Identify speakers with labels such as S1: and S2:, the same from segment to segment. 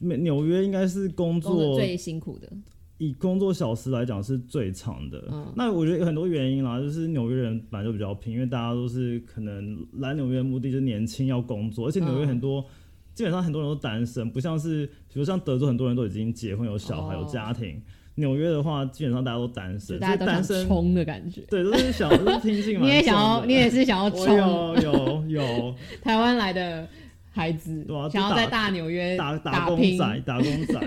S1: 美纽约应该是工
S2: 工作
S1: 作
S2: 最辛苦的，
S1: 以工作小时来讲是最长的。
S2: 嗯
S1: 那我觉得有很多原因啦，就是纽约人本来就比较拼，因为大家都是可能来纽约的目的就是年轻要工作，而且纽约
S2: 嗯
S1: 很多、基本上很多人都单身，不像是比如像德州很多人都已经结婚有小孩、
S2: 哦
S1: 有家庭，纽约的话基本上大家都单
S2: 就
S1: 身，
S2: 大家都
S1: 就是单
S2: 想
S1: 身。
S2: 冲的感觉。
S1: 对，就是想就是拼劲嘛。
S2: 你也想要，你也是想要
S1: 我
S2: 冲
S1: 有有 有
S2: 台湾来的孩子
S1: 对啊，就
S2: 想要
S1: 打
S2: 在大纽约
S1: 打打
S2: 打
S1: 工
S2: 拼。
S1: 仔，打工仔。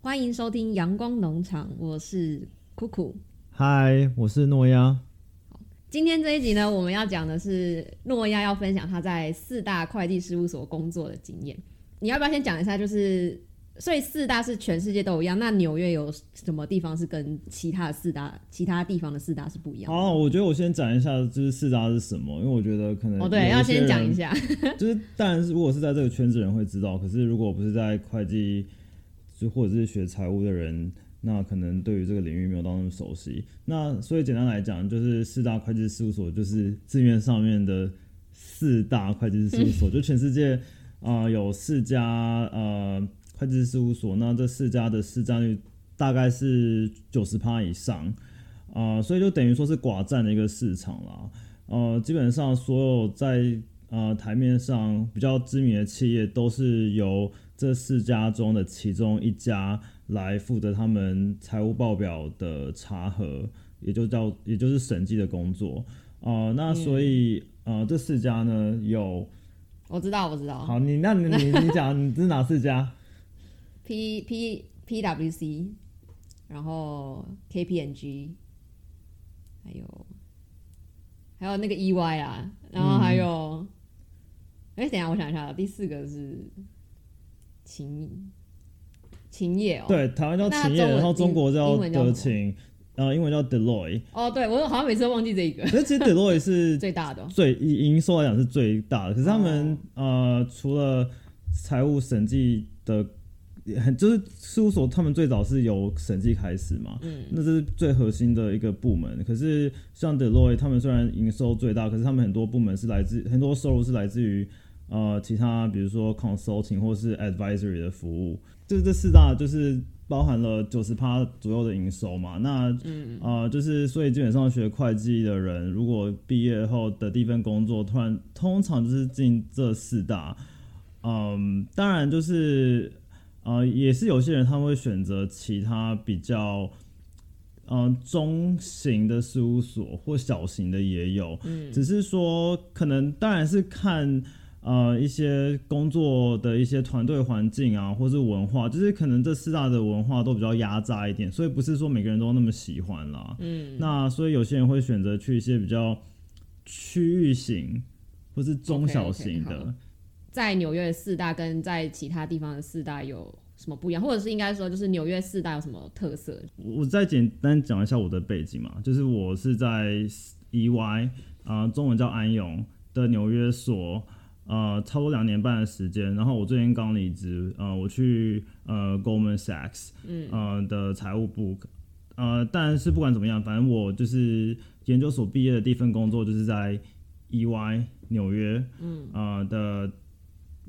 S2: 欢迎收听阳光农场，我是酷酷。
S1: 嗨，我是诺亚。
S2: 今天这一集呢，我们要讲的是诺亚要分享他在四大会计事务所工作的经验。你要不要先讲一下？就是所以四大是全世界都一样，那纽约有什么地方是跟其他的四大、其他地方的四大是不一样的？
S1: 好，我觉得我先讲一下就是四大是什么，因为我觉得可能
S2: 哦，对，要先讲一
S1: 下。
S2: 下。
S1: 就是当然，如果是在这个圈子的人会知道，可是如果不是在会计，就或者是学财务的人，那可能对于这个领域没有到那么熟悉。那所以简单来讲，就是四大会计事务所就是字面上面的四大会计事务所，就全世界啊、呃有四家呃会计事务所，那这四家的市占率大概是九十趴以上，啊、所以就等于说是寡占的一个市场啦。呃，基本上所有在呃台面上比较知名的企业，都是由这四家中的其中一家来负责他们财务报表的查核，也就叫也就是审计的工作。呃，那所以、
S2: 嗯
S1: 呃这四家呢有
S2: 我知道，我知道
S1: 好，你那你你你讲你是哪四 家？
S2: ，P P P W C，然后 K P N G，还有还有那个 E Y 啊，然后还
S1: 嗯
S2: 有，哎、等一下我想一下，第四个是勤勤业哦，，
S1: 对，台湾叫
S2: 那
S1: 勤业，
S2: 中文
S1: 然后中国
S2: 英英
S1: 叫
S2: 文叫
S1: 德
S2: 什么
S1: 勤，呃，英文叫 Deloitte。
S2: 哦，对我好像每次都忘记这一个
S1: 可是其实 Deloitte 是
S2: 最大的哦、哦
S1: 最以营收来讲是最大的，可是他们、呃除了财务审计的，很就是事务所，他们最早是由审计开始嘛，
S2: 嗯，
S1: 那这是最核心的一个部门。可是像 Deloitte 他们虽然营收最大，可是他们很多部门是来自很多收入是来自于呃其他比如说 consulting 或是 advisory 的服务，就是这四大就是。包含了九十趴左右的营收嘛，那呃，就是所以基本上学会计的人，如果毕业后的第一份工作，突然通常就是进这四大，嗯，当然就是呃，也是有些人他们会选择其他比较。嗯，中型的事务所或小型的也有，只是说可能当然是看呃一些工作的一些团队环境啊，或是文化，就是可能这四大的文化都比较压榨一点，所以不是说每个人都那么喜欢啦。嗯，那所以有些人会选择去一些比较区域型或是中
S2: OK，OK，
S1: 小型的。
S2: 好在纽约的四大跟在其他地方的四大有什么不一样，或者是应该说就是纽约四大有什么特色？
S1: 我再简单讲一下我的背景嘛，就是我是在 EY 啊、呃中文叫安永的纽约所，呃，差不多两年半的时间。然后我最近刚离职，呃，我去呃 Goldman Sachs，嗯，呃的财务部，呃，但是不管怎么样，反正我就是研究所毕业的第一份工作就是在 EY 纽约，嗯，呃的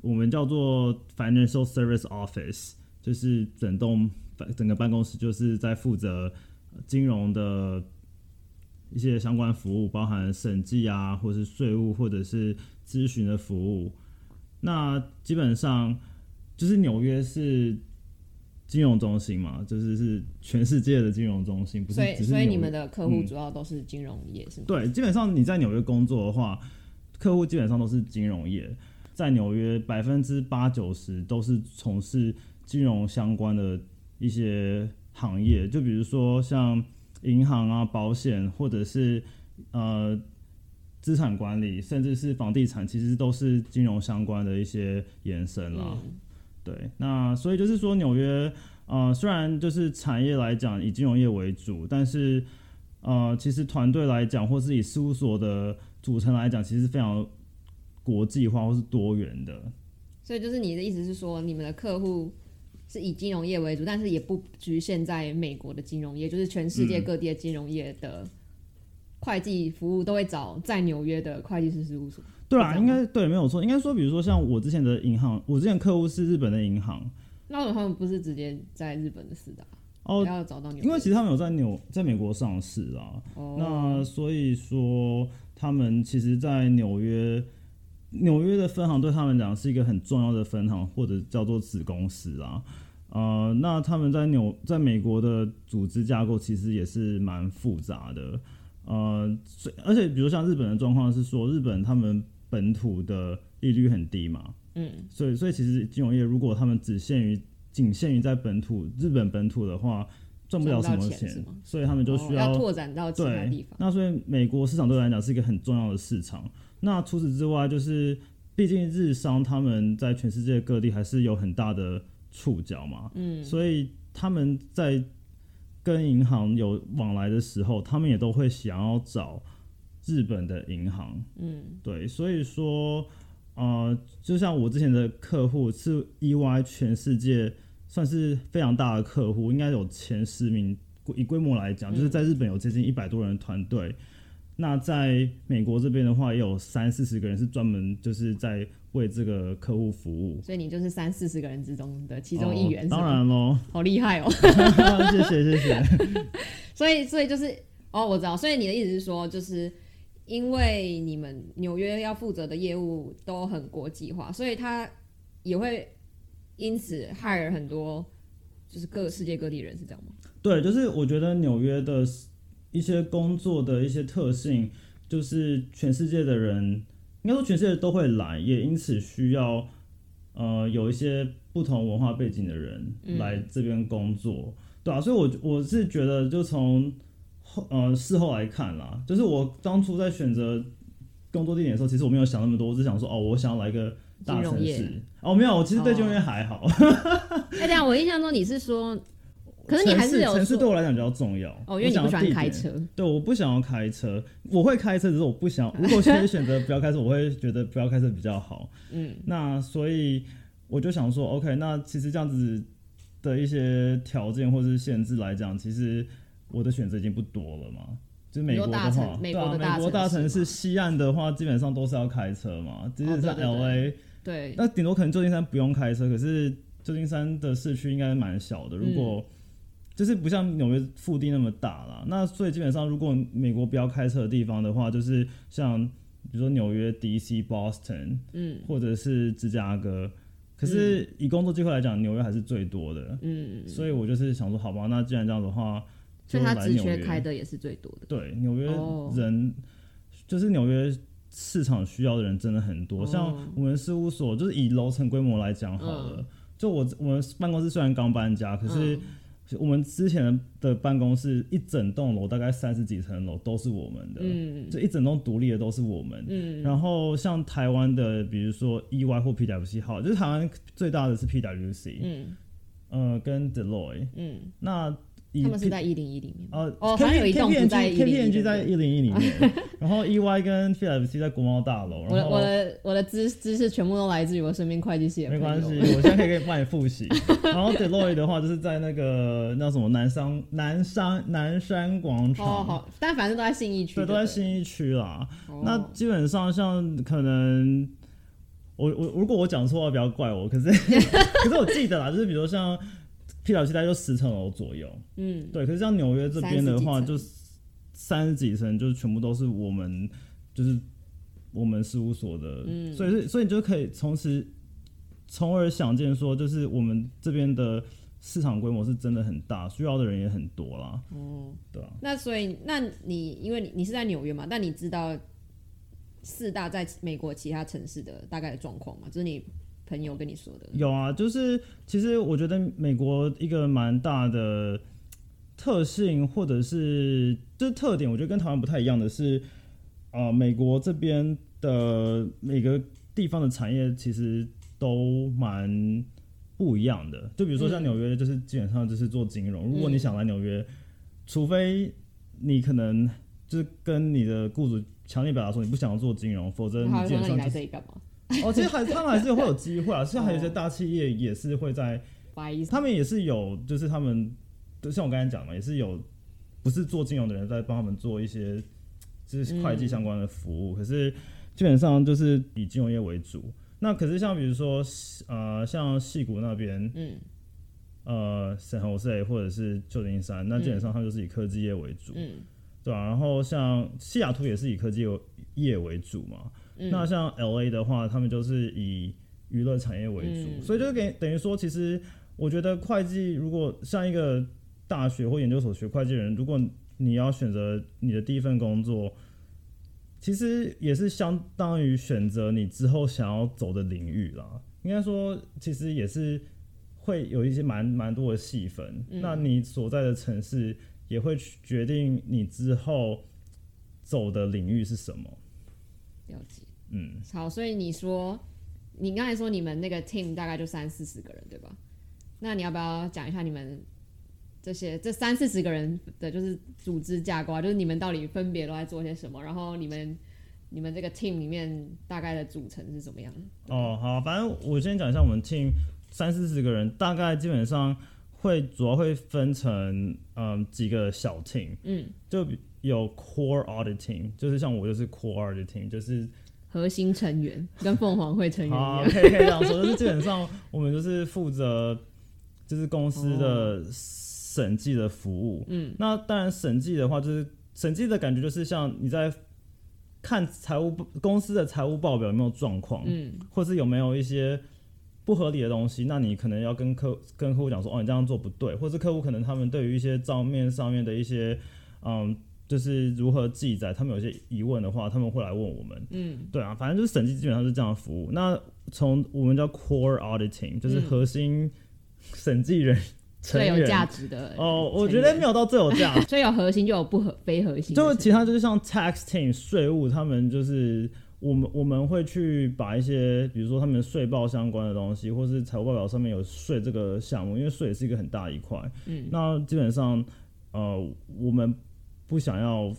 S1: 我们叫做 Financial Service Office，就是整栋整个办公室就是在负责金融的一些相关服务，包含审计啊，或是税务，或者是咨询的服务。那基本上就是纽约是金融中心嘛，就是是全世界的金融中心，不是
S2: 所以
S1: 只是
S2: 所以
S1: 纽
S2: 你
S1: 约
S2: 们的客户主要都是金融业、是吗？
S1: 对，基本上你在纽约工作的话，客户基本上都是金融业，在纽约百分之八九十都是从事金融相关的一些行业，就比如说像银行啊、保险，或者是呃资产管理，甚至是房地产，其实都是金融相关的一些延伸啦。
S2: 嗯
S1: 对，那所以就是说，纽约呃，虽然就是产业来讲以金融业为主，但是呃，其实团队来讲，或是以事务所的组成来讲，其实是非常国际化或是多元的。
S2: 所以就是你的意思是说，你们的客户是以金融业为主，但是也不局限在美国的金融业，就是全世界各地的金融业的会计服务都会找在纽约的会计师事务所。
S1: 对
S2: 是
S1: 啊，
S2: 这
S1: 应
S2: 样
S1: 该对，没有错。应该说，比如说像我之前的银行，我之前客户是日本的银行
S2: 那为什么他们不是直接在日本的四大，
S1: 哦
S2: 不，要找到纽约？
S1: 因为其实他们有在纽在美国上市啊，
S2: 哦，
S1: 那所以说他们其实，在纽约。纽约的分行对他们讲是一个很重要的分行，或者叫做子公司啊。呃，那他们在纽在美国的组织架构其实也是蛮复杂的。呃，所以而且比如像日本的状况是说，日本他们本土的利率很低嘛，
S2: 嗯，
S1: 所以所以其实金融业如果他们只限于仅限于在本土日本本土的话，赚不了什
S2: 赚不
S1: 么
S2: 到钱是吗
S1: 所以他们就
S2: 哦
S1: 需
S2: 要拓展到其他
S1: 对，
S2: 地方。
S1: 那所以美国市场对我来讲是一个很重要的市场。那除此之外，就是毕竟日商他们在全世界各地还是有很大的触角嘛，嗯，所以他们在跟银行有往来的时候，他们也都会想要找日本的银行，
S2: 嗯，
S1: 对，所以说，呃，就像我之前的客户是 EY 全世界算是非常大的客户，应该有前十名。以规模来讲，就是在
S2: 嗯
S1: 日本有接近一百多人的团队，那在美国这边的话，也有三四十个人是专门就是在为这个客户服务，
S2: 所以你就是三四十个人之中的其中一员、
S1: 哦
S2: 是吗
S1: 当，然喽，
S2: 好厉害哦。
S1: 谢谢谢谢。
S2: 所以，所以就是哦，我知道。所以你的意思是说，就是因为你们纽约要负责的业务都很国际化，所以他也会因此 hire 很多就是各世界各地人，是这样吗？
S1: 对，就是我觉得纽约的一些工作的一些特性，就是全世界的人，应该说全世界都会来，也因此需要呃有一些不同文化背景的人
S2: 嗯
S1: 来这边工作，对啊，所以我我是觉得就从后呃事后来看啦，就是我当初在选择工作地点的时候，其实我没有想那么多，我只想说哦，我想要来一个大
S2: 金融
S1: 城
S2: 业
S1: 市。哦，没有，我其实对金融业还好，
S2: 哎、等一下我印象中你是说，可是你
S1: 城
S2: 还是
S1: 市
S2: 有
S1: 城市
S2: 说
S1: 对我来讲比较重要
S2: 哦，因为你
S1: 我
S2: 不
S1: 想要
S2: 喜欢
S1: 地
S2: 开
S1: 点
S2: 车，
S1: 对，我不想要开车，我会开车，只是我不想。如果可以选择不要开车，我会觉得不要开车比较好。
S2: 嗯，
S1: 那所以我就想说，OK，那其实这样子的一些条件或是限制来讲，其实我的选择已经不多了嘛。就是美国的
S2: 你说大
S1: 话，
S2: 城美
S1: 对
S2: 国的
S1: 啊，
S2: 大
S1: 美国
S2: 城
S1: 大
S2: 市
S1: 城市
S2: 嘛
S1: 西岸的话，基本上都是要开车嘛，即
S2: 哦
S1: 使是
S2: 对对对
S1: LA，
S2: 对，
S1: 那顶多可能旧金山不用开车，可是旧金山的市区应该蛮小
S2: 嗯
S1: 的，如果、就是不像纽约腹地那么大啦。那所以基本上，如果美国不要开车的地方的话，就是像比如说纽约、D.C.、Boston
S2: 嗯
S1: 或者是芝加哥。可是以工作机会来讲，纽约还是最多的，
S2: 嗯，
S1: 所以我就是想说，好吧，那既然这样的话，
S2: 所以他
S1: 就来
S2: 职
S1: 纽
S2: 缺
S1: 约
S2: 开的也是最多的。
S1: 对纽约
S2: 哦
S1: 人，就是纽约市场需要的人真的很多。
S2: 哦
S1: 像我们事务所，就是以楼层规模来讲好了，
S2: 嗯
S1: 就我我们办公室虽然刚搬家，可是
S2: 嗯
S1: 我们之前的办公室一整栋楼大概三十几层楼都是我们的，
S2: 嗯
S1: 就一整栋独立的都是我们。
S2: 嗯，
S1: 然后像台湾的，比如说 EY 或 PwC 好，就是台湾最大的是 PwC，、
S2: 嗯
S1: 呃，跟 Deloitte。
S2: 嗯，
S1: 那以
S2: 他们
S1: P-
S2: 是在一零一里面。
S1: 呃，
S2: 哦反正有一栋不在
S1: KPMG KPMG
S2: 101
S1: 在一零一里 面，然后 EY 跟 PFC 在国贸大楼，
S2: 我
S1: 然
S2: 的我
S1: 后
S2: 的我的知知识全部都来自于我身边会计系的
S1: 没
S2: 朋
S1: 关系，
S2: 友。
S1: 我现在可以给你帮你复 习。然后 Deloitte 的话就是在那个那什么南商南商南山广
S2: 哦，
S1: 场，
S2: 好，但反正都在信义区，
S1: 嗯对，都在。新一区啦。
S2: 哦
S1: 那基本上像可能。我我如果我讲错话，不要怪我。 可是 可是我记得啦，就是比如像 PFC 大概就十层楼左右，
S2: 嗯，
S1: 对，可是像纽约这边的话，
S2: 30几层
S1: 就是三十几层，就是全部都是我们，就是我们事务所的，
S2: 嗯
S1: 所以是所以你就可以从此从而想见说，就是我们这边的市场规模是真的很大，需要的人也很多啦，
S2: 哦，
S1: 对啊，
S2: 那所以，那你因为你你是在纽约嘛，但你知道四大在美国其他城市的大概的状况吗？就是你朋友跟你说的。
S1: 有啊，就是其实我觉得美国一个蛮大的特性或者是就是特点，我觉得跟台湾不太一样的是，呃，美国这边的每个地方的产业其实都蛮不一样的。就比如说像纽约，就是基本上就是做金融。
S2: 嗯
S1: 如果你想来纽约，除非你可能就是跟你的雇主强烈表达说你不想做金融，否则
S2: 那
S1: 呃你
S2: 他会
S1: 基
S2: 说
S1: 本
S2: 那
S1: 上
S2: 你来
S1: 就是
S2: 这里干嘛？
S1: 哦，其实还他们还是会有机会啊，现在还有一些大企业也是会在，
S2: 不好意思，
S1: 他们也是有，就是他们就像我刚才讲嘛，也是有不是做金融的人在帮他们做一些就是会计相关的服务，可是基本上就是以金融业为主。那可是像比如说呃，像戏谷那边，
S2: 嗯
S1: 呃，沈侯赛或者是旧金山，那基本上他们就是以科技业为主。
S2: 嗯
S1: 对啊，然后像西雅图也是以科技业为主嘛，
S2: 嗯
S1: 那像 L A 的话，他们就是以娱乐产业为主，
S2: 嗯
S1: 所以就是给等于说，其实我觉得会计如果像一个大学或研究所学会计的人，如果你要选择你的第一份工作，其实也是相当于选择你之后想要走的领域啦。应该说，其实也是会有一些蛮蛮多的细分。
S2: 嗯
S1: 那你所在的城市也会去决定你之后走的领域是什么。
S2: 了解。
S1: 嗯，
S2: 好，所以你说你刚才说你们那个 team 大概就三四十个人对吧？那你要不要讲一下你们这些这三四十个人的就是组织架构啊？就是你们到底分别都在做些什么？然后你们你们这个 team 里面大概的组成是怎么样的？
S1: 哦，好，反正我先讲一下我们 team 三四十个人，大概基本上会主要会分成嗯几个小 team，
S2: 嗯，
S1: 就有 core audit team，就是像我就是 core audit team，就是
S2: 核心成员跟凤凰会成员一
S1: 好，
S2: 样。
S1: 可以可以这样说，就是基本上我们就是负责就是公司的审计的服务。
S2: 哦嗯，
S1: 那当然审计的话，就是审计的感觉就是像你在看财务公司的财务报表有没有状况，
S2: 嗯
S1: 或是有没有一些。不合理的东西，那你可能要跟客跟客户讲说，哦，你这样做不对，或是客户可能他们对于一些账面上面的一些，嗯，就是如何记载，他们有些疑问的话，他们会来问我们。
S2: 嗯
S1: 对啊，反正就是审计基本上是这样的服务。那从我们叫 core auditing，就是核心审计人成
S2: 嗯最有
S1: 员。
S2: 价值的
S1: 哦，我
S2: 成
S1: 觉得
S2: 员，
S1: 没有到最有价
S2: 所以有核心就有不核非核心的成
S1: 就
S2: 员，
S1: 是其他就是像 tax team 税务，他们就是我们我们会去把一些比如说他们税报相关的东西，或是财务报表上面有税这个项目，因为税也是一个很大一块。
S2: 嗯
S1: 那基本上，呃，我们不想要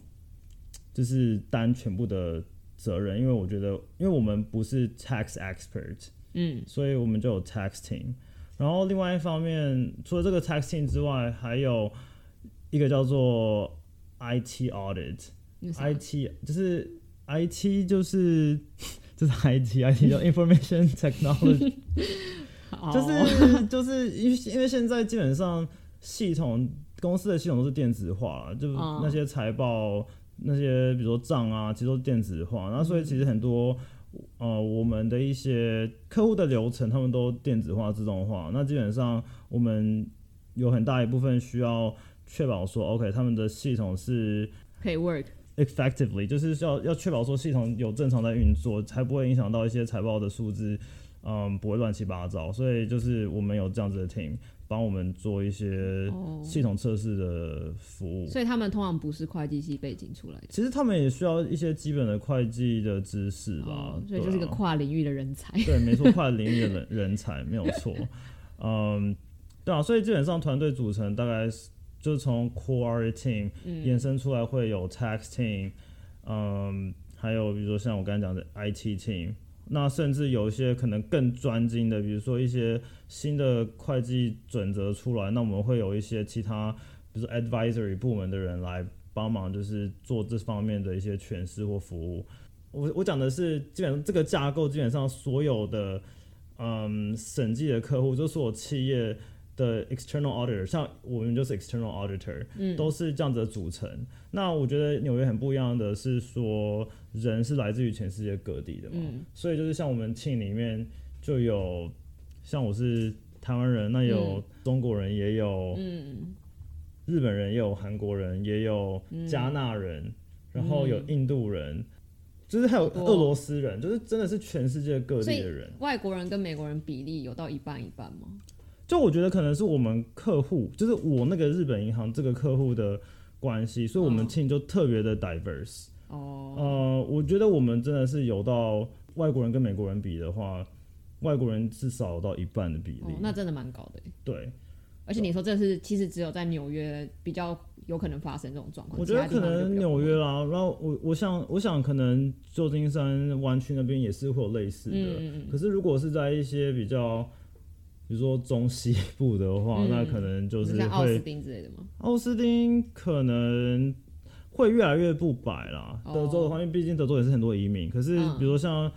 S1: 就是担全部的责任，因为我觉得，因为我们不是 tax expert，
S2: 嗯
S1: 所以我们就有 tax team。然后另外一方面，除了这个 tax team 之外，还有一个叫做 IT audit。
S2: 那啥
S1: IT 就是 IT 就是 就是 IT IT 叫 information technology。
S2: 好哦
S1: 就是 就是因为因为现在基本上系统公司的系统都是电子化了，就
S2: 嗯
S1: 那些财报、那些比如说账啊，其实都是电子化。那
S2: 嗯
S1: 所以其实很多呃我们的一些客户的流程，他们都电子化、自动化。那基本上我们有很大一部分需要确保说，OK，他们的系统是
S2: 可以 work，
S1: effectively，就是要要确保说系统有正常在运作，才不会影响到一些财报的数字，嗯，不会乱七八糟。所以就是我们有这样子的 team 帮我们做一些
S2: 哦
S1: 系统测试的服务。
S2: 所以他们通常不是会计系背景出来的，
S1: 其实他们也需要一些基本的会计的知识啦
S2: 哦，所以就是一个
S1: 对啊
S2: 跨领域的人才。
S1: 对，没错，跨领域的人人才没有错。嗯，对啊，所以基本上团队组成大概是就是从 core team 延伸出来会有 tax team，嗯，还有比如说像我刚才讲的 IT team，那甚至有一些可能更专精的，比如说一些新的会计准则出来，那我们会有一些其他，比如说 advisory 部门的人来帮忙，就是做这方面的一些诠释或服务。我我讲的是，基本上这个架构基本上所有的嗯审计的客户，就是所有企业的 external auditor，像我们就是 external auditor，
S2: 嗯
S1: 都是这样子的组成。那我觉得纽约很不一样的是说，人是来自于全世界各地的嘛，
S2: 嗯
S1: 所以就是像我们 team 里面就有，像我是台湾人，那有
S2: 嗯
S1: 中国人，也有
S2: 嗯
S1: 日本人，也有韩国人，也有加纳人，然后有印度人，就是还有
S2: 好嗯多哦
S1: 俄罗斯人，就是真的是全世界各地的人。
S2: 外国人跟美国人比例有到一半一半吗？
S1: 就我觉得可能是我们客户，就是我那个日本银行这个客户的关系，所以我们
S2: 哦
S1: team 就特别的 diverse。
S2: 哦，
S1: 呃，我觉得我们真的是有到外国人跟美国人比的话，外国人至少有到一半的比例。
S2: 哦哦那真的蛮高的耶。
S1: 对，
S2: 而且你说这是其实只有在纽约比较有可能发生这种状况。
S1: 我觉得
S2: 其
S1: 可
S2: 他地方就
S1: 能
S2: 比较
S1: 纽
S2: 不
S1: 约
S2: 会
S1: 啦，然后我我想我想可能旧金山湾区那边也是会有类似的，
S2: 嗯嗯嗯
S1: 可是如果是在一些比较，比如说中西部的话，
S2: 嗯
S1: 那可能就是
S2: 像奥斯
S1: 会
S2: 汀之类的吗？
S1: 奥斯汀可能会越来越不摆啦。
S2: 哦
S1: 德州的话，因为毕竟德州也是很多移民，可是
S2: 嗯
S1: 比如说像。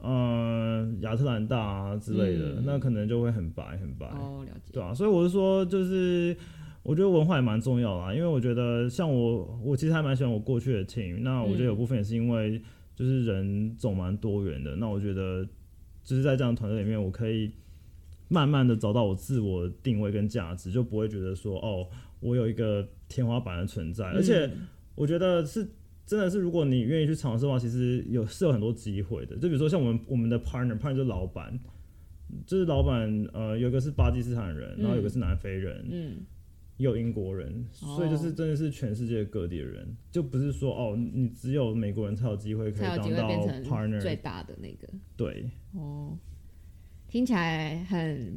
S1: 呃，亚特兰大啊之类的，
S2: 嗯
S1: 那可能就会很白很白。
S2: 哦，了解
S1: 对。啊，所以我是说，就是我觉得文化也蛮重要啊啦，因为我觉得像我，我其实还蛮喜欢我过去的 team。那我觉
S2: 嗯
S1: 得有部分也是因为就是人总蛮多元的，那我觉得就是在这样的团队里面，我可以慢慢的找到我自我定位跟价值，就不会觉得说哦，我有一个天花板的存在，而且。
S2: 嗯
S1: 我觉得是真的是，如果你愿意去尝试的话，其实有是有很多机会的。就比如说像我们我们的 partner，partner 就是老板，就是老板呃，有一个是巴基斯坦人，
S2: 嗯
S1: 然后有一个是南非人，
S2: 嗯，
S1: 也有英国人，
S2: 哦
S1: 所以就是真的是全世界各地的人，就不是说哦，你只有美国人才有机会可以
S2: 才有机
S1: 当
S2: 会
S1: 到
S2: 变成最
S1: partner，
S2: 大的那个。
S1: 对，
S2: 哦，听起来很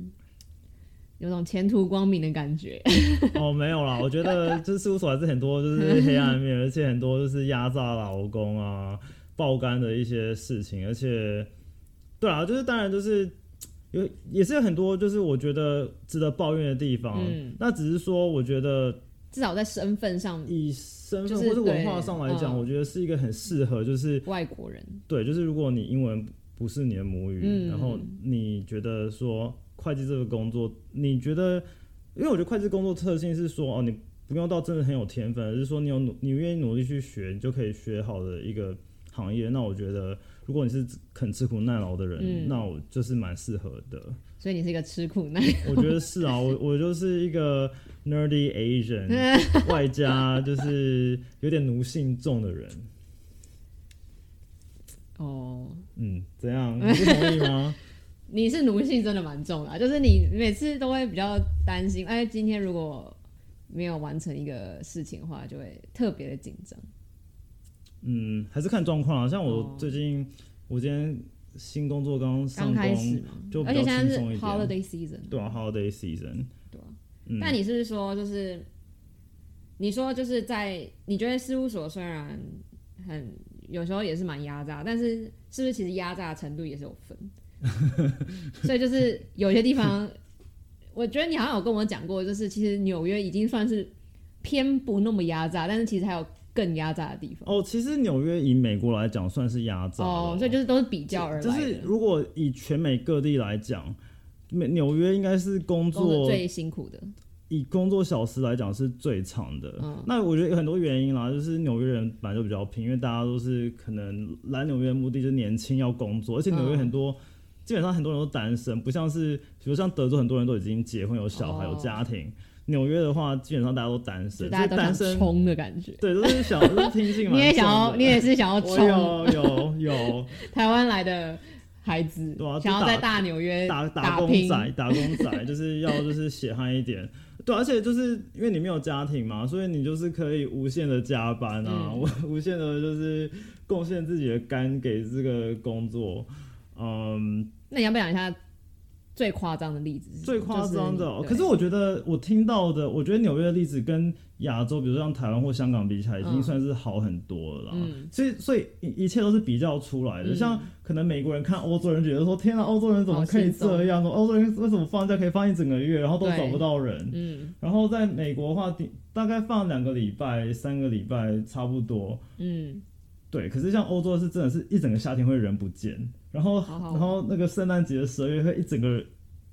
S2: 有种前途光明的感觉。
S1: 哦，没有啦，我觉得就是事务所还是很多就是黑暗 面，而且很多就是压榨劳工啊、爆肝的一些事情，而且，对啊，就是当然就是有也是有很多就是我觉得值得抱怨的地方，
S2: 嗯
S1: 那只是说我觉得
S2: 至少在身份上，
S1: 以身份
S2: 就
S1: 或
S2: 是
S1: 是文
S2: 对
S1: 化上来讲，
S2: 嗯
S1: 我觉得是一个很适合就是
S2: 外国人
S1: 对，就是如果你英文不是你的母语，
S2: 嗯
S1: 然后你觉得说会计这个工作，你觉得，因为我觉得会计工作特性是说哦，你不用到真的很有天分，而是说你有努，你愿意努力去学，你就可以学好的一个行业。那我觉得，如果你是肯吃苦耐劳的人，
S2: 嗯
S1: 那我就是蛮适合的。
S2: 所以你是一个吃 苦耐，
S1: 我觉得是啊，我我就是一个 nerdy Asian，外加就是有点奴性重的人。
S2: 哦，
S1: 嗯，怎样？你不同意吗？
S2: 你是奴性真的蛮重的啊、就是你每次都会比较担心，哎，今天如果没有完成一个事情的话，就会特别的紧张。
S1: 嗯，还是看状况啊。像
S2: 哦
S1: 我最近，我今天新工作刚上
S2: 刚开始
S1: 工，
S2: 嘛，
S1: 就比
S2: 而
S1: 较
S2: 且现在
S1: 轻
S2: 是
S1: 松一点
S2: holiday season，
S1: 对啊，holiday season，
S2: 对啊
S1: 嗯，
S2: 那你是不是说就是，你说就是在你觉得事务所虽然很有时候也是蛮压榨，但是是不是其实压榨的程度也是有分？ 所以就是有些地方，我觉得你好像有跟我讲过，就是其实纽约已经算是偏不那么压榨，但是其实还有更压榨的地方。
S1: 哦，其实纽约以美国来讲算是压榨的啊
S2: 哦，所以就是都是比较而
S1: 就
S2: 来
S1: 是
S2: 的，
S1: 如果以全美各地来讲，美纽约应该是工
S2: 工作
S1: 作
S2: 最辛苦的。
S1: 以工作小时来讲是最长的。
S2: 嗯
S1: 那我觉得有很多原因啦，就是纽约人本来就比较拼，因为大家都是可能来纽约的目的就是年轻要工作，而且纽约
S2: 嗯
S1: 很多、基本上很多人都单身，不像是比如像德州很多人都已经结婚有小孩、
S2: 哦
S1: 有家庭，纽约的话基本上大家都单
S2: 就
S1: 身，
S2: 大家都
S1: 所以单
S2: 想
S1: 身。
S2: 冲的感觉，
S1: 对，都是想，都是拼 劲嘛。
S2: 你也想要，你也是想要
S1: 我
S2: 冲，
S1: 有有有
S2: 台湾来的孩子，
S1: 对啊
S2: 想要
S1: 就打
S2: 在大纽约
S1: 打
S2: 打
S1: 工
S2: 拼
S1: 仔，打工仔 就是要就是血汗一点。对，啊而且就是因为你没有家庭嘛，所以你就是可以无限的加班啊，
S2: 嗯
S1: 无无限的就是贡献自己的肝给这个工作。嗯，
S2: 那你要不要讲一下最夸张的例子是什么？
S1: 最夸张的哦、
S2: 就是
S1: 可是
S2: 对
S1: 我觉得我听到的，我觉得纽约的例子跟亚洲，比如说像台湾或香港比起来，已经
S2: 嗯
S1: 算是好很多了啦。
S2: 嗯
S1: 所以，所以一一切都是比较出来的。
S2: 嗯
S1: 像可能美国人看欧洲人，觉得说：“天啊，欧洲人怎么可以这样？欧洲人为什么放假可以放一整个月，然后都
S2: 对
S1: 找不到人
S2: 嗯？”
S1: 然后在美国的话，顶大概放两个礼拜、三个礼拜差不多。
S2: 嗯，
S1: 对，可是像欧洲是真的是一整个夏天会人不见，然后
S2: 好哦好
S1: 然后那个圣诞节的十二月会一整个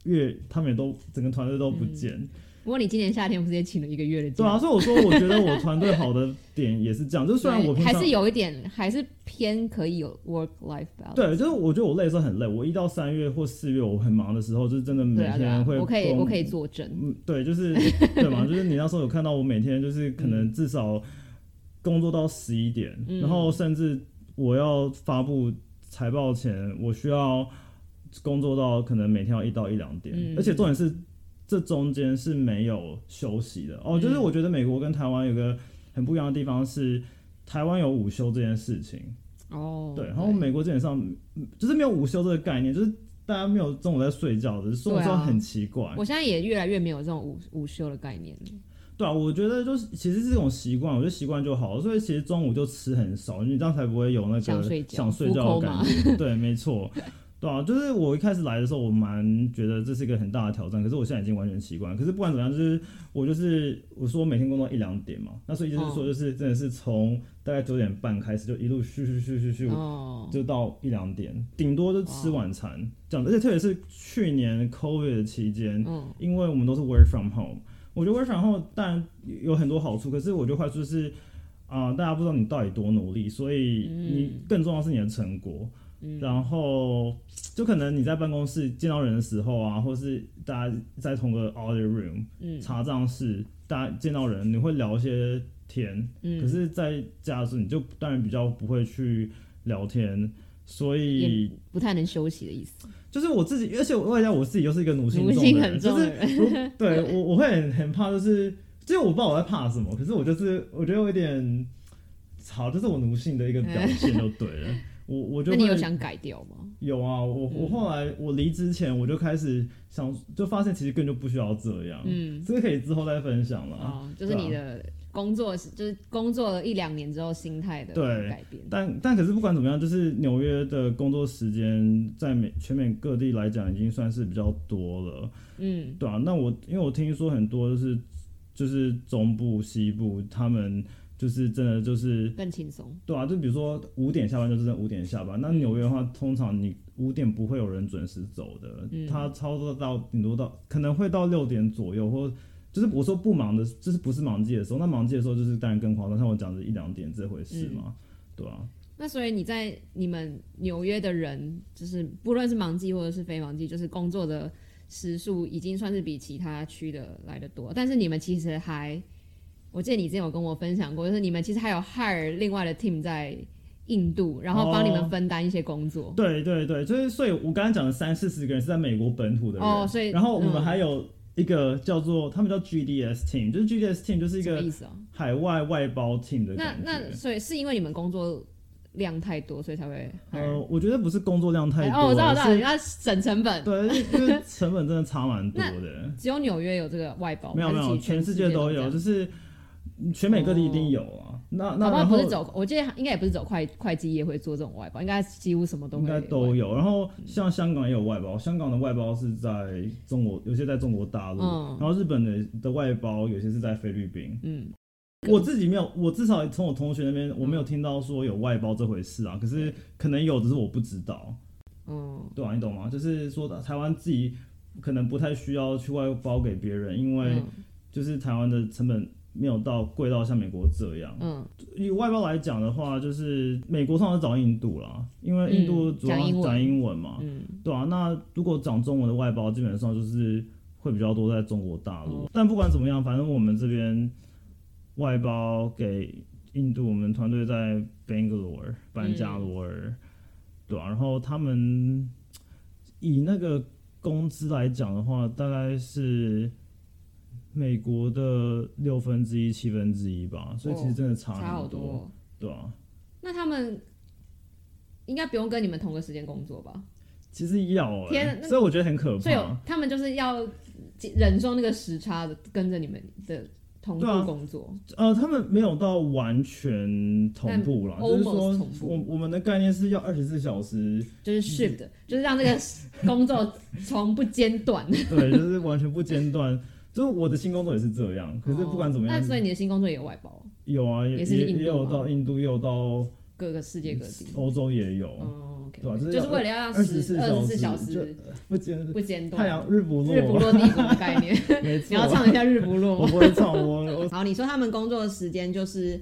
S1: 月，他们也都整个团队都不见。
S2: 不过你今年夏天不是也请了一个月的假？
S1: 对啊，所以我说我觉得我团队好的点也是这样，就是虽然我
S2: 对
S1: 平
S2: 还
S1: 常
S2: 是有一点，还是偏可以有 work life balance。
S1: 对，就是我觉得我累的时候很累，我一到三月或四月我很忙的时候，就是真的每
S2: 对啊，对
S1: 天
S2: 啊
S1: 会、，
S2: 我可以，我可以，作证。
S1: 嗯，对，就是对嘛， 就是你那时候有看到我每天就是可能至少工作到十一点，
S2: 嗯
S1: 然后甚至我要发布财报前，我需要工作到可能每天要一到一两点，
S2: 嗯
S1: 而且重点是这中间是没有休息的哦。就是
S2: 嗯
S1: 我觉得美国跟台湾有个很不一样的地方是，台湾有午休这件事情。
S2: 哦，
S1: 对，然后美国基本上嗯就是没有午休这个概念，就是大家没有中午在睡觉的，所以我
S2: 对啊
S1: 说很奇怪。
S2: 我现在也越来越没有这种午午休的概念了。
S1: 对啊，我觉得就是其实是这种习惯，我觉得习惯就好了。所以其实中午就吃很少，因为这样才不会有那个
S2: 想睡觉
S1: 想睡觉
S2: 浮
S1: 的
S2: 口嘛
S1: 感觉。 对，没错。对啊，就是我一开始来的时候，我蛮觉得这是一个很大的挑战，可是我现在已经完全习惯。可是不管怎么样，就是我就是我说我每天工作一两点嘛，那所以就是
S2: 嗯
S1: 说就是真的是从大概九点半开始就一路续续续续续
S2: 哦，
S1: 就到一两点，顶多就吃晚餐这样子。而且特别是去年 COVID 的期间，
S2: 嗯，
S1: 因为我们都是 work from home，我觉得 work from home 当然有很多好处，可是我觉得坏处是啊、大家不知道你到底多努力，所以你
S2: 嗯
S1: 更重要是你的成果。然后就可能你在办公室见到人的时候啊，或是大家在同个 audit room、
S2: 嗯
S1: 查账室，大家见到人你会聊一些天，
S2: 嗯
S1: 可是在家的时候你就当然比较不会去聊天，所以
S2: 也不太能休息的意思。
S1: 就是我自己，而且我外加我自己又是一个奴性
S2: 奴
S1: 重
S2: 性
S1: 的
S2: 很
S1: 人，
S2: 重
S1: 就
S2: 的
S1: 是如对我 我会很很怕，就是就是我不知道我在怕什么，可是我就是我觉得我有点，好，这是我奴性的一个表现就对 了。我我就
S2: 那
S1: 会
S2: 你有想嗯改掉吗？
S1: 有啊，我我后来我离职前我就开始想，就发现其实根本就不需要这样，
S2: 嗯，
S1: 这个可以之后再分享了。
S2: 哦，就是
S1: 对啊
S2: 你的工作是，就是工作了一两年之后心态的
S1: 对
S2: 改变。
S1: 但但可是不管怎么样，就是纽约的工作时间在美全美各地来讲已经算是比较多了。
S2: 嗯，
S1: 对啊，那我因为我听说很多就是就是中部、西部，他们就是真的就是
S2: 更轻松。
S1: 对啊，就比如说五点下班就真的五点下班。那纽约的话，通常你五点不会有人准时走的，
S2: 嗯
S1: 他操作到顶多到可能会到六点左右，或就是我说不忙的，就是不是忙季的时候。那忙季的时候就是当然更夸张，像我讲的一两点这回事嘛，对啊。
S2: 那所以你在你们纽约的人，就是不论是忙季或者是非忙季，就是工作的时数已经算是比其他区的来的多。但是你们其实还，我记得你之前有跟我分享过，就是你们其实还有 hire 另外的 team 在印度，然后帮你们
S1: 哦
S2: 分担一些工作。
S1: 对对对，就是所以，我刚刚讲的三四十个人是在美国本土的人，
S2: 哦所以
S1: 然后我
S2: 嗯
S1: 们还有一个叫做、他们叫 GDS team，就是 GDS team 就是一
S2: 什么
S1: 个
S2: 意思哦、
S1: 海外外包 team 的
S2: 那
S1: 感觉。
S2: 那所以是因为你们工作量太多，所以才会 hire
S1: 呃，我觉得不是工作量太多，
S2: 哎哦，我知道，我知道，
S1: 是
S2: 要省成本。。
S1: 对，因为成本真的差蛮多的
S2: 只有纽约有这个外包吗，
S1: 没有没
S2: 还是
S1: 有，
S2: 其实全
S1: 全世界都
S2: 这
S1: 有，
S2: 样
S1: 就是全美各地一定有啊。那那
S2: 搞不好
S1: 然
S2: 不
S1: 后
S2: 是走，我记得应该也不是走会会计业会做这种外包，应该几乎什么都
S1: 应
S2: 会嗯
S1: 该都有。然后像香港也有外包，香港的外包是在中国，有些在中国大陆，
S2: 嗯
S1: 然后日本的的外包有些是在菲律宾。
S2: 嗯，
S1: 我自己没有，我至少从我同学那边我没有听到说有外包这回事啊。可是可能有，只是我不知道，
S2: 嗯
S1: 对啊，你懂吗？就是说台湾自己可能不太需要去外包给别人，因为
S2: 嗯
S1: 就是台湾的成本没有到贵到像美国这样。
S2: 嗯
S1: 以外包来讲的话，就是美国通常是找印度啦，因为印度
S2: 嗯
S1: 主要
S2: 讲英文
S1: 讲英文嘛，
S2: 嗯，
S1: 对啊，那如果讲中文的外包，基本上就是会比较多在中国大
S2: 嗯
S1: 陆。但不管怎么样，反正我们这边外包给印度，我们团队在 Bangalore 班加罗尔，
S2: 嗯
S1: 对啊，然后他们以那个工资来讲的话，大概是。美国的六分之一、七分之一吧，所以其实真的差
S2: 哦差好
S1: 很
S2: 多哦。
S1: 对啊，
S2: 那他们应该不用跟你们同个时间工作吧？
S1: 啊其实要、欸，
S2: 天啊那
S1: 所以我觉得很可怕。
S2: 所以有他们就是要忍受那个时差的，跟着你们的同
S1: 对啊
S2: 步工作。
S1: 呃，他们没有到完全同步啦，
S2: 但
S1: 就是
S2: almost
S1: 说
S2: 同，步
S1: 我我们的概念是要二十四小时，
S2: 就是 shift，就是让这个工作从不间断。
S1: 对，就是完全不间断。就是我的新工作也是这样， 可是不管怎么
S2: 哦
S1: 样，
S2: 那所以你的新工作也有外包，
S1: 有啊，也
S2: 也是
S1: 也
S2: 印度
S1: 也有
S2: 吗
S1: 到印度，也有到
S2: 各个世界各地。
S1: 欧洲也有，
S2: 哦，OK，
S1: 对啊就是
S2: 就
S1: 要
S2: 是为了要让
S1: 24
S2: 十二十四小
S1: 小时
S2: 时
S1: 不间
S2: 不间
S1: 太
S2: 断，
S1: 阳日不落，
S2: 日不落帝国的 概念。
S1: 没
S2: 你
S1: 错。
S2: 要唱一下日不
S1: 我
S2: 落吗。
S1: 不会唱，我我
S2: 好，你说他们工作的时间就是，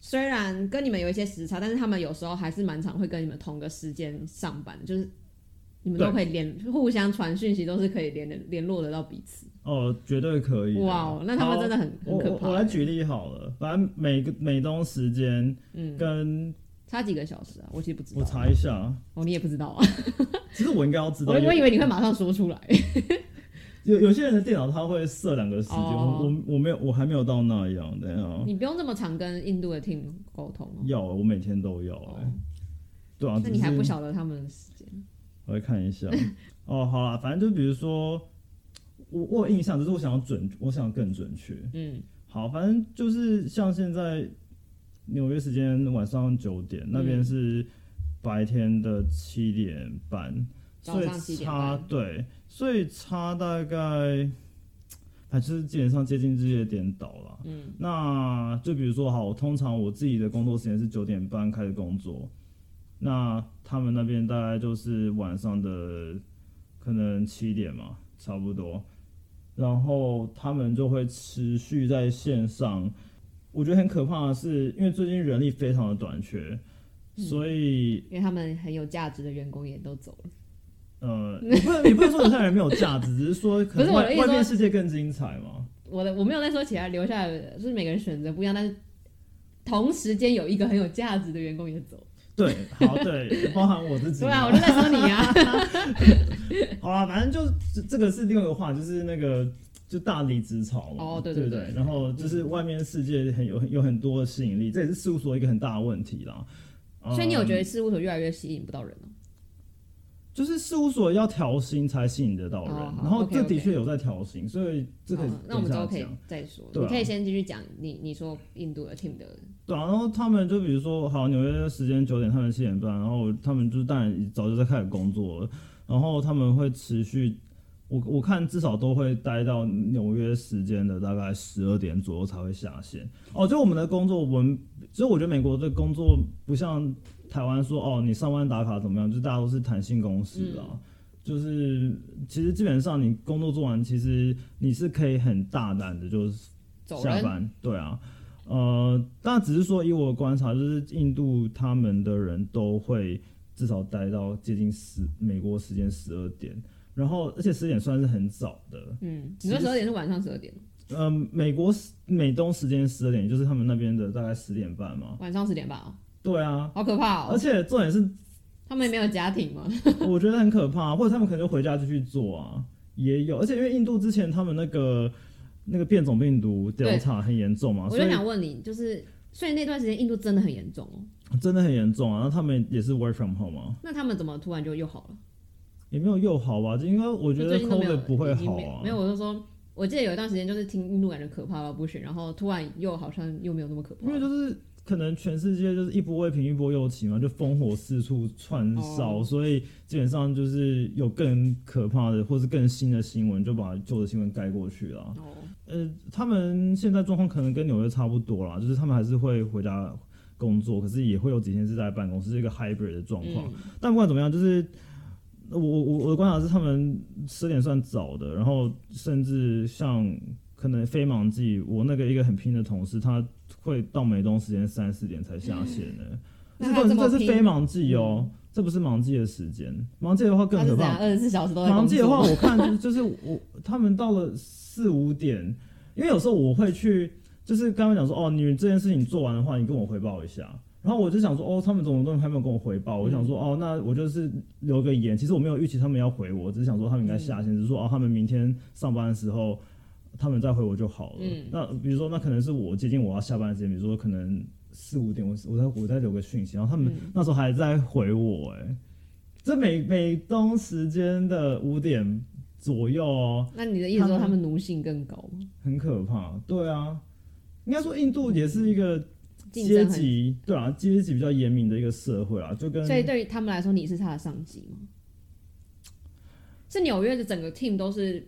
S2: 虽然跟你们有一些时差，但是他们有时候还是蛮常会跟你们同个时间上班，就是你们都
S1: 对
S2: 可以联互相传讯息，都是可以联联络得到彼此。
S1: 哦，绝对可以的。
S2: 哇哦，那他们
S1: 好
S2: 真的很很
S1: 我
S2: 可
S1: 我
S2: 怕。
S1: 我来举例好了，反正美个美东时间
S2: 嗯，
S1: 跟
S2: 差几个小时啊？我其实不知道。
S1: 我查一下，
S2: 哦，你也不知道啊？
S1: 其实我应该要知道
S2: 我
S1: 有，
S2: 我以为你会马上说出来。
S1: 有有些人的电脑它会设两个时间，
S2: 哦
S1: 我我我没有，我还没有到那样的哎呀。
S2: 你不用这么常跟印度的 team 沟通哦。
S1: 要我每天都要、欸，
S2: 哦
S1: 对啊，
S2: 那你还
S1: 只是
S2: 不晓得他们的时间？
S1: 我会看一下。哦，好啦，反正就比如说，我我有印象，只是我想要准，我想更准确。
S2: 嗯
S1: 好，反正就是像现在纽约时间晚上九点，那
S2: 嗯
S1: 边是白天的七点半，
S2: 早
S1: 所以
S2: 上7点
S1: 差
S2: 半
S1: 对，所以差大概，反正就是基本上接近日夜颠倒啦。
S2: 嗯
S1: 那就比如说，好，通常我自己的工作时间是九点半开始工作，那他们那边大概就是晚上的可能七点嘛，差不多。然后他们就会持续在线上。我觉得很可怕的是，因为最近人力非常的短缺，
S2: 嗯
S1: 所以
S2: 因为他们很有价值的员工也都走了。
S1: 呃，你不能你不能说人人没有价值，只是说可
S2: 不是
S1: 能
S2: 我
S1: 外
S2: 的意思
S1: 外
S2: 说
S1: 面世界更精彩嘛。
S2: 我的我没有在说其他留下来的，就是每个人选择不一样，但是同时间有一个很有价值的员工也走了。
S1: 对，好，对，包含我自己。
S2: 对啊，我就在说你啊。
S1: 好啦，反正就是这这个是另外一个话，就是那个就大离职潮嘛，
S2: 哦对
S1: 对
S2: 对
S1: 不
S2: 对
S1: 然后就是外面世界很有有很多的吸引力，这也是事务所一个很大的问题啦。
S2: 所以你有觉
S1: 嗯
S2: 得事务所越来越吸引不到人了？
S1: 就是事务所要调薪才吸引得到人，
S2: 哦好
S1: 然后这
S2: OK，OK
S1: 的确有在调薪，所以这可以
S2: 哦那我们之
S1: 等
S2: 后
S1: 一下
S2: 可以
S1: 讲。
S2: 再说。
S1: 对啊
S2: 你可以先继续讲你你说印度的 team 的，
S1: 对啊，然后他们就比如说，好，纽约时间九点，他们七点半，然后他们就是当然早就在开始工作了，然后他们会持续，我我看至少都会待到纽约时间的大概十二点左右才会下线。哦，就我们的工作，我们所以我觉得美国的工作不像台湾说哦，你上班打卡怎么样，就是大家都是弹性公司啊。就是，其实基本上你工作做完，其实你是可以很大胆的，就是
S2: 走
S1: 下
S2: 人。
S1: 班，对啊，呃，但只是说以我的观察，就是印度他们的人都会至少待到接近十美国时间十二点，然后而且十点算是很早的，
S2: 嗯，你说十二点是晚上十二点，
S1: 呃，美国时美东时间十二点，也就是他们那边的大概十点半 嘛，
S2: 晚上十点半哦，
S1: 对啊，
S2: 好可怕
S1: 而
S2: 哦！
S1: 且重点是，
S2: 他们也没有家庭吗？
S1: 我觉得很可怕，或者他们可能就回家继续做啊，也有，而且因为印度之前他们那个那个变种病毒
S2: 对
S1: Delta 很严重嘛，
S2: 我
S1: 哦所以
S2: 就想问你，就是所以那段时间印度真的很严重哦，
S1: 真的很严重啊，然后他们也是 work from home 啊。
S2: 那他们怎么突然就又好了？
S1: 也没有又好吧，就因为我觉得
S2: 就最近都没有
S1: COVID 不会
S2: 已经
S1: 好
S2: 没有
S1: 啊
S2: 没。有，我就说，我记得有一段时间就是听印度感觉可怕到不行，然后突然又好像又没有那么可怕
S1: 因为
S2: 了。
S1: 就是可能全世界就是一波未平一波又起嘛，就烽火四处串烧，
S2: 哦
S1: 所以基本上就是有更可怕的或是更新的新闻，就把旧的新闻盖过去了。
S2: 哦，
S1: 呃，他们现在状况可能跟纽约差不多啦，就是他们还是会回家工作，可是也会有几天是在办公室，是一个 hybrid 的状况。
S2: 嗯，
S1: 但不管怎么样，就是我我我我的观察是，他们十点算早的，然后甚至像可能非忙季，我那个一个很拼的同事，他会到美东时间三四点才下线呢。
S2: 嗯那
S1: 这
S2: 他
S1: 个
S2: 这么
S1: 这是
S2: 拼嗯
S1: 非忙季哦，这不是忙季的时间，忙季的话
S2: 他
S1: 更
S2: 是
S1: 可
S2: 怎样
S1: 怕。
S2: 二十四小时都在
S1: 忙
S2: 工
S1: 季的话，
S2: 作？
S1: 我看就是就是我他们到了四五点，因为有时候我会去，就是刚刚讲说哦，你这件事情做完的话，你跟我汇报一下。然后我就想说，哦，他们怎么都还没有跟我汇报？我想说，哦，那我就是留个言。其实我没有预期他们要回我，只是想说他
S2: 嗯
S1: 们应该下线，只是说哦，他们明天上班的时候，他们再回我就好了。
S2: 嗯
S1: 那比如说，那可能是我接近我要下班的时间，比如说可能四五点，我我再我再留个讯息，然后他们
S2: 嗯
S1: 那时候还在回我、哎，这美美东时间的五点左右哦，
S2: 那你的意思说
S1: 他们
S2: 他们奴性更高吗？
S1: 很可怕。对啊，应该说印度也是一个
S2: 竞
S1: 阶
S2: 争很，
S1: 级，对啊，阶级比较严明的一个社会啊，就跟
S2: 所以对于他们来说，你是他的上级吗？是纽约的整个 team 都是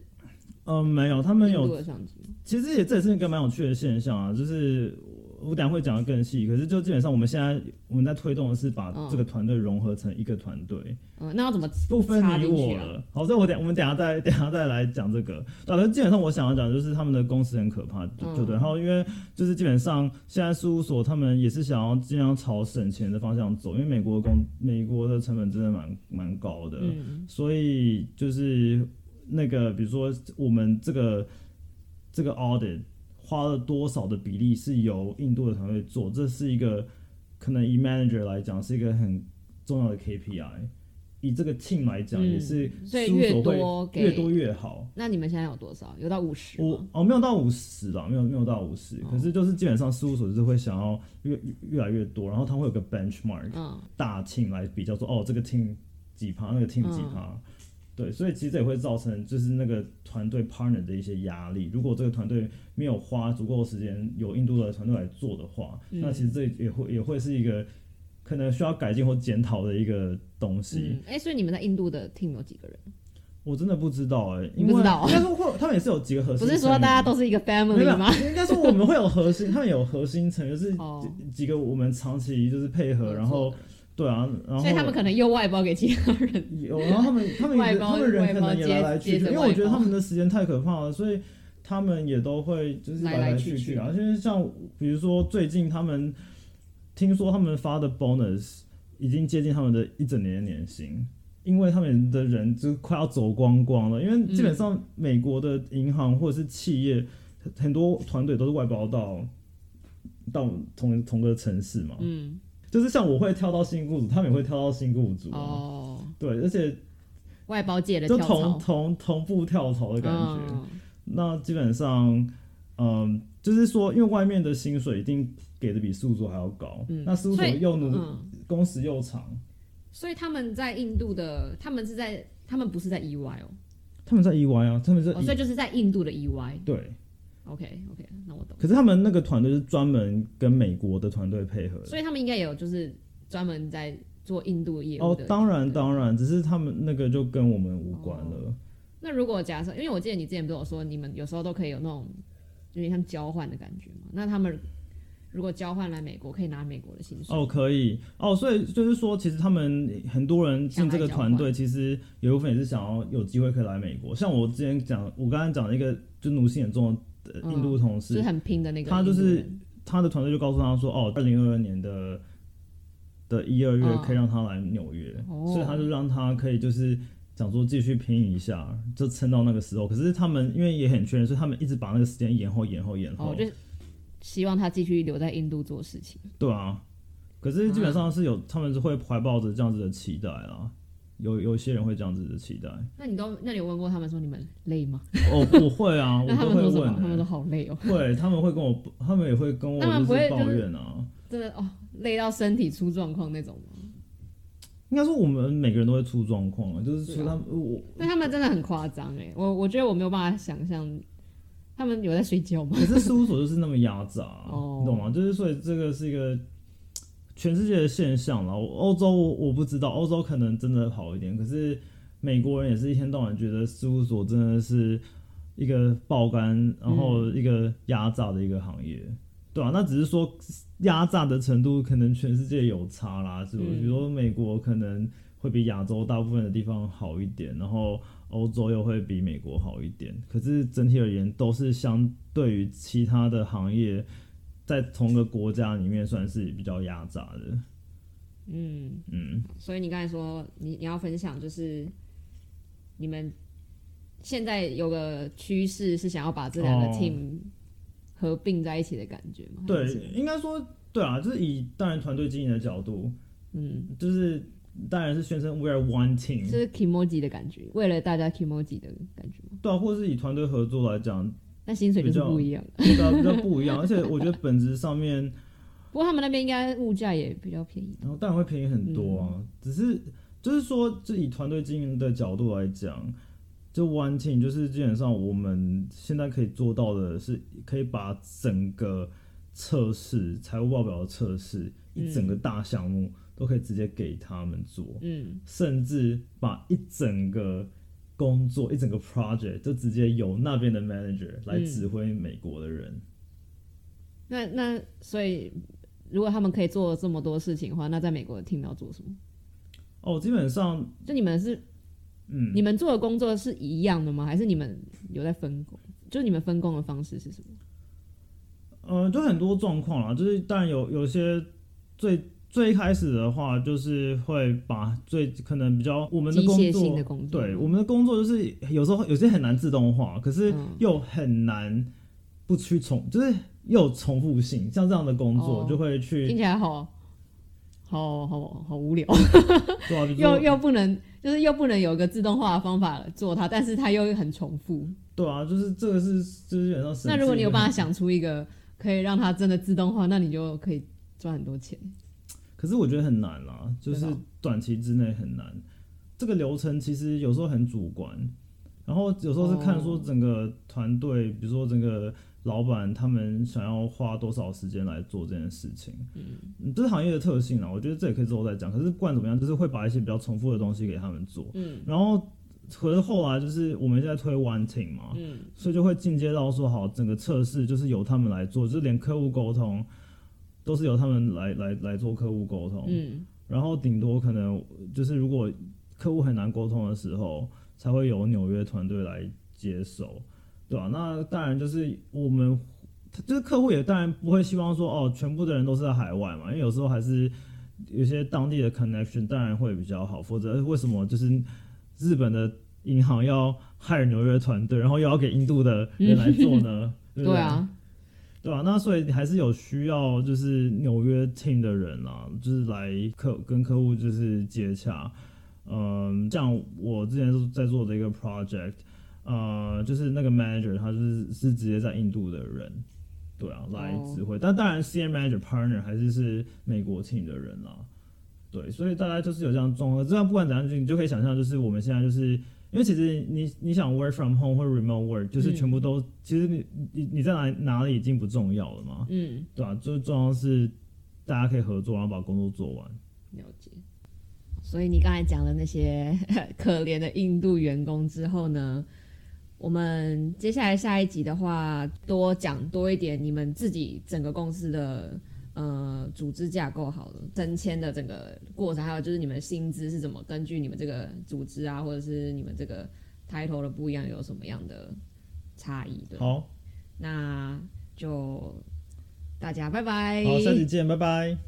S1: 嗯、没有，他们
S2: 印
S1: 有
S2: 度的上级吗，
S1: 其实也这也是一个蛮有趣的现象啊，就是我我等一下会讲的更细，可是就基本上我们现在我们在推动的是把
S2: 嗯
S1: 这个团队融合成一个团队，
S2: 嗯，那要怎么
S1: 不分
S2: 插
S1: 你
S2: 进去啊
S1: 我了。好，所以我等我们等一下再 等一下再来讲这个。对，可是基本上我想要讲的就是他们的公司很可怕，就
S2: 嗯
S1: 就对。然后因为就是基本上现在事务所他们也是想要尽量朝省钱的方向走，因为美国的工美国的成本真的蛮蛮高的。
S2: 嗯，
S1: 所以就是那个，比如说我们这个这个 audit 花了多少的比例是由印度的团队做，这是一个可能以 manager 来讲是一个很重要的 KPI，以这个 team 来讲
S2: 嗯
S1: 也是
S2: 所以
S1: 事务所
S2: 越
S1: 会
S2: 多给
S1: 越多越好。
S2: 那你们现在有多少？有到五十？
S1: 我哦没有到五十啦，没有没有到五十，
S2: 哦
S1: 可是就是基本上事务所就是会想要越越越来越多，然后它会有个 benchmark，
S2: 嗯，
S1: 大 team 来比较说，哦，这个 team 几趴，那个 team 几趴，对，所以其实这也会造成就是那个团队 partner 的一些压力。如果这个团队没有花足够的时间有印度的团队来做的话，
S2: 嗯
S1: 那其实这也会也会是一个可能需要改进或检讨的一个东西。
S2: 嗯，哎、所以你们在印度的 team 有几个人？
S1: 我真的不知道哎、
S2: 你
S1: 因
S2: 不
S1: 为
S2: 知道
S1: 应该说会他们也是有几个核
S2: 不
S1: 心成员，
S2: 是说大家都是一个
S1: 没
S2: family
S1: 有
S2: 吗？？
S1: 应该说我们会有核心，他们有核心成员，就是
S2: 哦
S1: 几几个我们长期就是配合，然后对啊，然后
S2: 所以他们可能又外包给其他人。
S1: 有，然后他们他们
S2: 外
S1: 也
S2: 包
S1: 他们人可
S2: 外包
S1: 能也
S2: 接
S1: 来来去
S2: 接
S1: 去，
S2: 着
S1: 因为
S2: 外
S1: 我觉得
S2: 包
S1: 他们的时间太可怕了，所以他们也都会就是
S2: 来来
S1: 来
S2: 去
S1: 去
S2: 去
S1: 啊。就是像比如说最近他们听说他们发的 bonus 已经接近他们的一整年的年薪。因为他们的人就快要走光光了，因为基本
S2: 嗯
S1: 上美国的银行或者是企业，很多团队都是外包到到同同个城市嘛，
S2: 嗯，
S1: 就是像我会跳到新雇主，他们也会跳到新雇主、啊，
S2: 哦，
S1: 对，而且
S2: 外包界的
S1: 就
S2: 跳
S1: 同
S2: 槽
S1: 同同步跳槽的感觉。
S2: 嗯
S1: 那基本上，嗯，就是说，因为外面的薪水一定给的比事务所还要高，
S2: 嗯
S1: 那事务所
S2: 所以
S1: 又努、
S2: 嗯，
S1: 工时又长，
S2: 所以他们在印度的，他们是在，他们不是在 EY 哦，
S1: 他们在 EY 啊，他们在 E、
S2: 哦所以就是在印度的 EY。
S1: 对，
S2: OK OK，那我懂。
S1: 可是他们那个团队是专门跟美国的团队配合的。
S2: 所以他们应该也有就是专门在做印度业务
S1: 哦
S2: 的。，
S1: 当然
S2: 对
S1: 当然，只是他们那个就跟我们无关了。
S2: 哦那如果假设，因为我记得你之前不是有说，你们有时候都可以有那种有点像交换的感觉嘛？那他们如果交换来美国，可以拿美国的薪水。
S1: 哦，可以哦，所以就是说，其实他们很多人进这个团队，其实有一部分也是想要有机会可以来美国。像我之前讲，我刚才讲了一个就奴性很重的呃
S2: 嗯
S1: 印度同
S2: 就
S1: 事，
S2: 是很拼的那个
S1: 他
S2: 印度
S1: 就是
S2: 人，
S1: 他的团队就告诉他说，哦，二零二二年的的一二月
S2: 嗯
S1: 可以让他来纽约，
S2: 哦
S1: 所以他就让他可以就是。想说继续拼一下，就撑到那个时候。可是他们因为也很缺人，所以他们一直把那个时间延后、延后、延后。
S2: 哦，就是希望他继续留在印度做事情。
S1: 对啊，可是基本上是
S2: 嗯
S1: 有，他们是会怀抱着这样子的期待啦。有有些人会这样子的期 待，
S2: 那你都那你有问过他们说你们累吗？
S1: 哦，我会啊，我
S2: 那他
S1: 都
S2: 们
S1: 会
S2: 说什么？他
S1: 问、
S2: 们
S1: 欸，
S2: 说好累哦，
S1: 会，他们会跟我，他们也会跟我
S2: 那他们
S1: 就
S2: 不会
S1: 是
S2: 就
S1: 抱
S2: 是
S1: 怨啊。
S2: 真的哦，累到身体出状况那种吗？
S1: 应该说我们每个人都会出状况，就是
S2: 是
S1: 说他
S2: 啊
S1: 们、我
S2: 但他们真的很夸张哎，我我觉得我没有办法想象他们有在睡觉吗？
S1: 可是事务所就是那么压榨，啊
S2: 哦
S1: 你懂吗？就是所以这个是一个全世界的现象啦。我欧洲我我不知道，欧洲可能真的好一点，可是美国人也是一天到晚觉得事务所真的是一个爆肝，然后一个压榨的一个行业，对啊，那只是说压榨的程度可能全世界有差啦，是不是？
S2: 嗯
S1: 比如说美国可能会比亚洲大部分的地方好一点，然后欧洲又会比美国好一点。可是整体而言，都是相对于其他的行业，在同个国家里面算是比较压榨的。
S2: 嗯。
S1: 嗯，
S2: 所以你刚才说你你要分享就是你们现在有个趋势是想要把这两个
S1: 哦
S2: team 合并在一起的感觉吗？还
S1: 对
S2: 是，
S1: 应该说对啊，就是以当然团队经营的角度，
S2: 嗯，
S1: 就是当然是宣称 we are one team，
S2: 就是 kimoji 的感觉，为了大家 kimoji 的感觉吗？
S1: 对啊，或是以团队合作来讲，
S2: 那薪水就
S1: 比
S2: 是
S1: 较
S2: 不一样的。
S1: 对啊，比较不一样。而且我觉得本质上面。
S2: 不过他们那边应该物价也比较便宜。
S1: 然后当然会便宜很多啊，只是就是说，就以团队经营的角度来讲，就 one team 就是基本上我们现在可以做到的是，可以把整个测试、财务报表的测试，
S2: 嗯
S1: 一整个大项目都可以直接给他们做，
S2: 嗯，
S1: 甚至把一整个。工作一整个 project 就直接由那边的 manager 来
S2: 嗯
S1: 指挥美国的人，
S2: 那那所以如果他们可以做这么多事情的话，那在美国的 team 要做什么？
S1: 哦，基本上，
S2: 就你们是
S1: 嗯，
S2: 你们做的工作是一样的吗？还是你们有在分工？就你们分工的方式是什么？
S1: 呃，就很多状况啦，就是当然有有些最最一开始的话，就是会把最可能比较我们的
S2: 机
S1: 工
S2: 械
S1: 作，
S2: 性的工作，
S1: 对我们的工作就是有时候有些很难自动化，可是
S2: 嗯
S1: 又很难不去重，就是又有重复性，像这样的工作
S2: 哦
S1: 就会去、
S2: 听起来好好好好无聊，
S1: 对啊，比如
S2: 又
S1: 说
S2: 又不能就是又不能有个自动化的方法做它，但是它又很重复。
S1: 对啊，就是这个是就是基本上省
S2: 那如果
S1: 事
S2: 你有
S1: 的
S2: 办法想出一个可以让它真的自动化，那你就可以赚很多钱。
S1: 可是我觉得很难啦，就
S2: 真
S1: 是
S2: 的哦
S1: 短期之内很难。这个流程其实有时候很主观，然后有时候是看说
S2: 哦
S1: 整个团队，比如说整个老板他们想要花多少时间来做这件事情。嗯，这是行业的特性啦，我觉得这也可以之后再讲。可是不管怎么样，就是会把一些比较重复的东西给他们做。
S2: 嗯
S1: 然后可是后来就是我们现在推 One Team 嘛，
S2: 嗯
S1: 所以就会进阶到说，好，整个测试就是由他们来做，就是连客户沟通都是由他们来来来做客户沟通。
S2: 嗯
S1: 然后顶多可能就是如果客户很难沟通的时候，才会由纽约团队来接手，对吧、啊那当然就是我们就是客户也当然不会希望说哦，全部的人都是在海外嘛，因为有时候还是有些当地的 connection 当然会比较好，否则为什么就是日本的银行要害纽约团队，然后又要给印度的人来做呢？对不
S2: 对啊，
S1: 对啊，那所以还是有需要就是纽约 team 的人啊，就是来客跟客户就是接洽。嗯，像我之前在做的一个 project，呃，就是那个 manager 他就是是直接在印度的人，对啊，来
S2: 哦
S1: 指挥。但当然 c m manager partner 还是是美国 team 的人啦、对，所以大家就是有这样的状况。这样不管怎样，就你就可以想象，就是我们现在就是。因为其实你你想 work from home 或 remote work，就是
S2: 嗯
S1: 全部都、其实你你你在哪哪里已经不重要了嘛，
S2: 嗯，
S1: 对吧、啊最重要是大家可以合作，然后把工作做完。
S2: 了解。所以你刚才讲了那些 可怜的印度员工之后呢，我们接下来下一集的话，多讲多一点你们自己整个公司的呃组织架构好了，升迁的整个过程，还有就是你们薪资是怎么根据你们这个组织啊，或者是你们这个 title 的不一样有什么样的差异的。
S1: 好，
S2: 那就大家拜拜。
S1: 好，下期见，拜拜。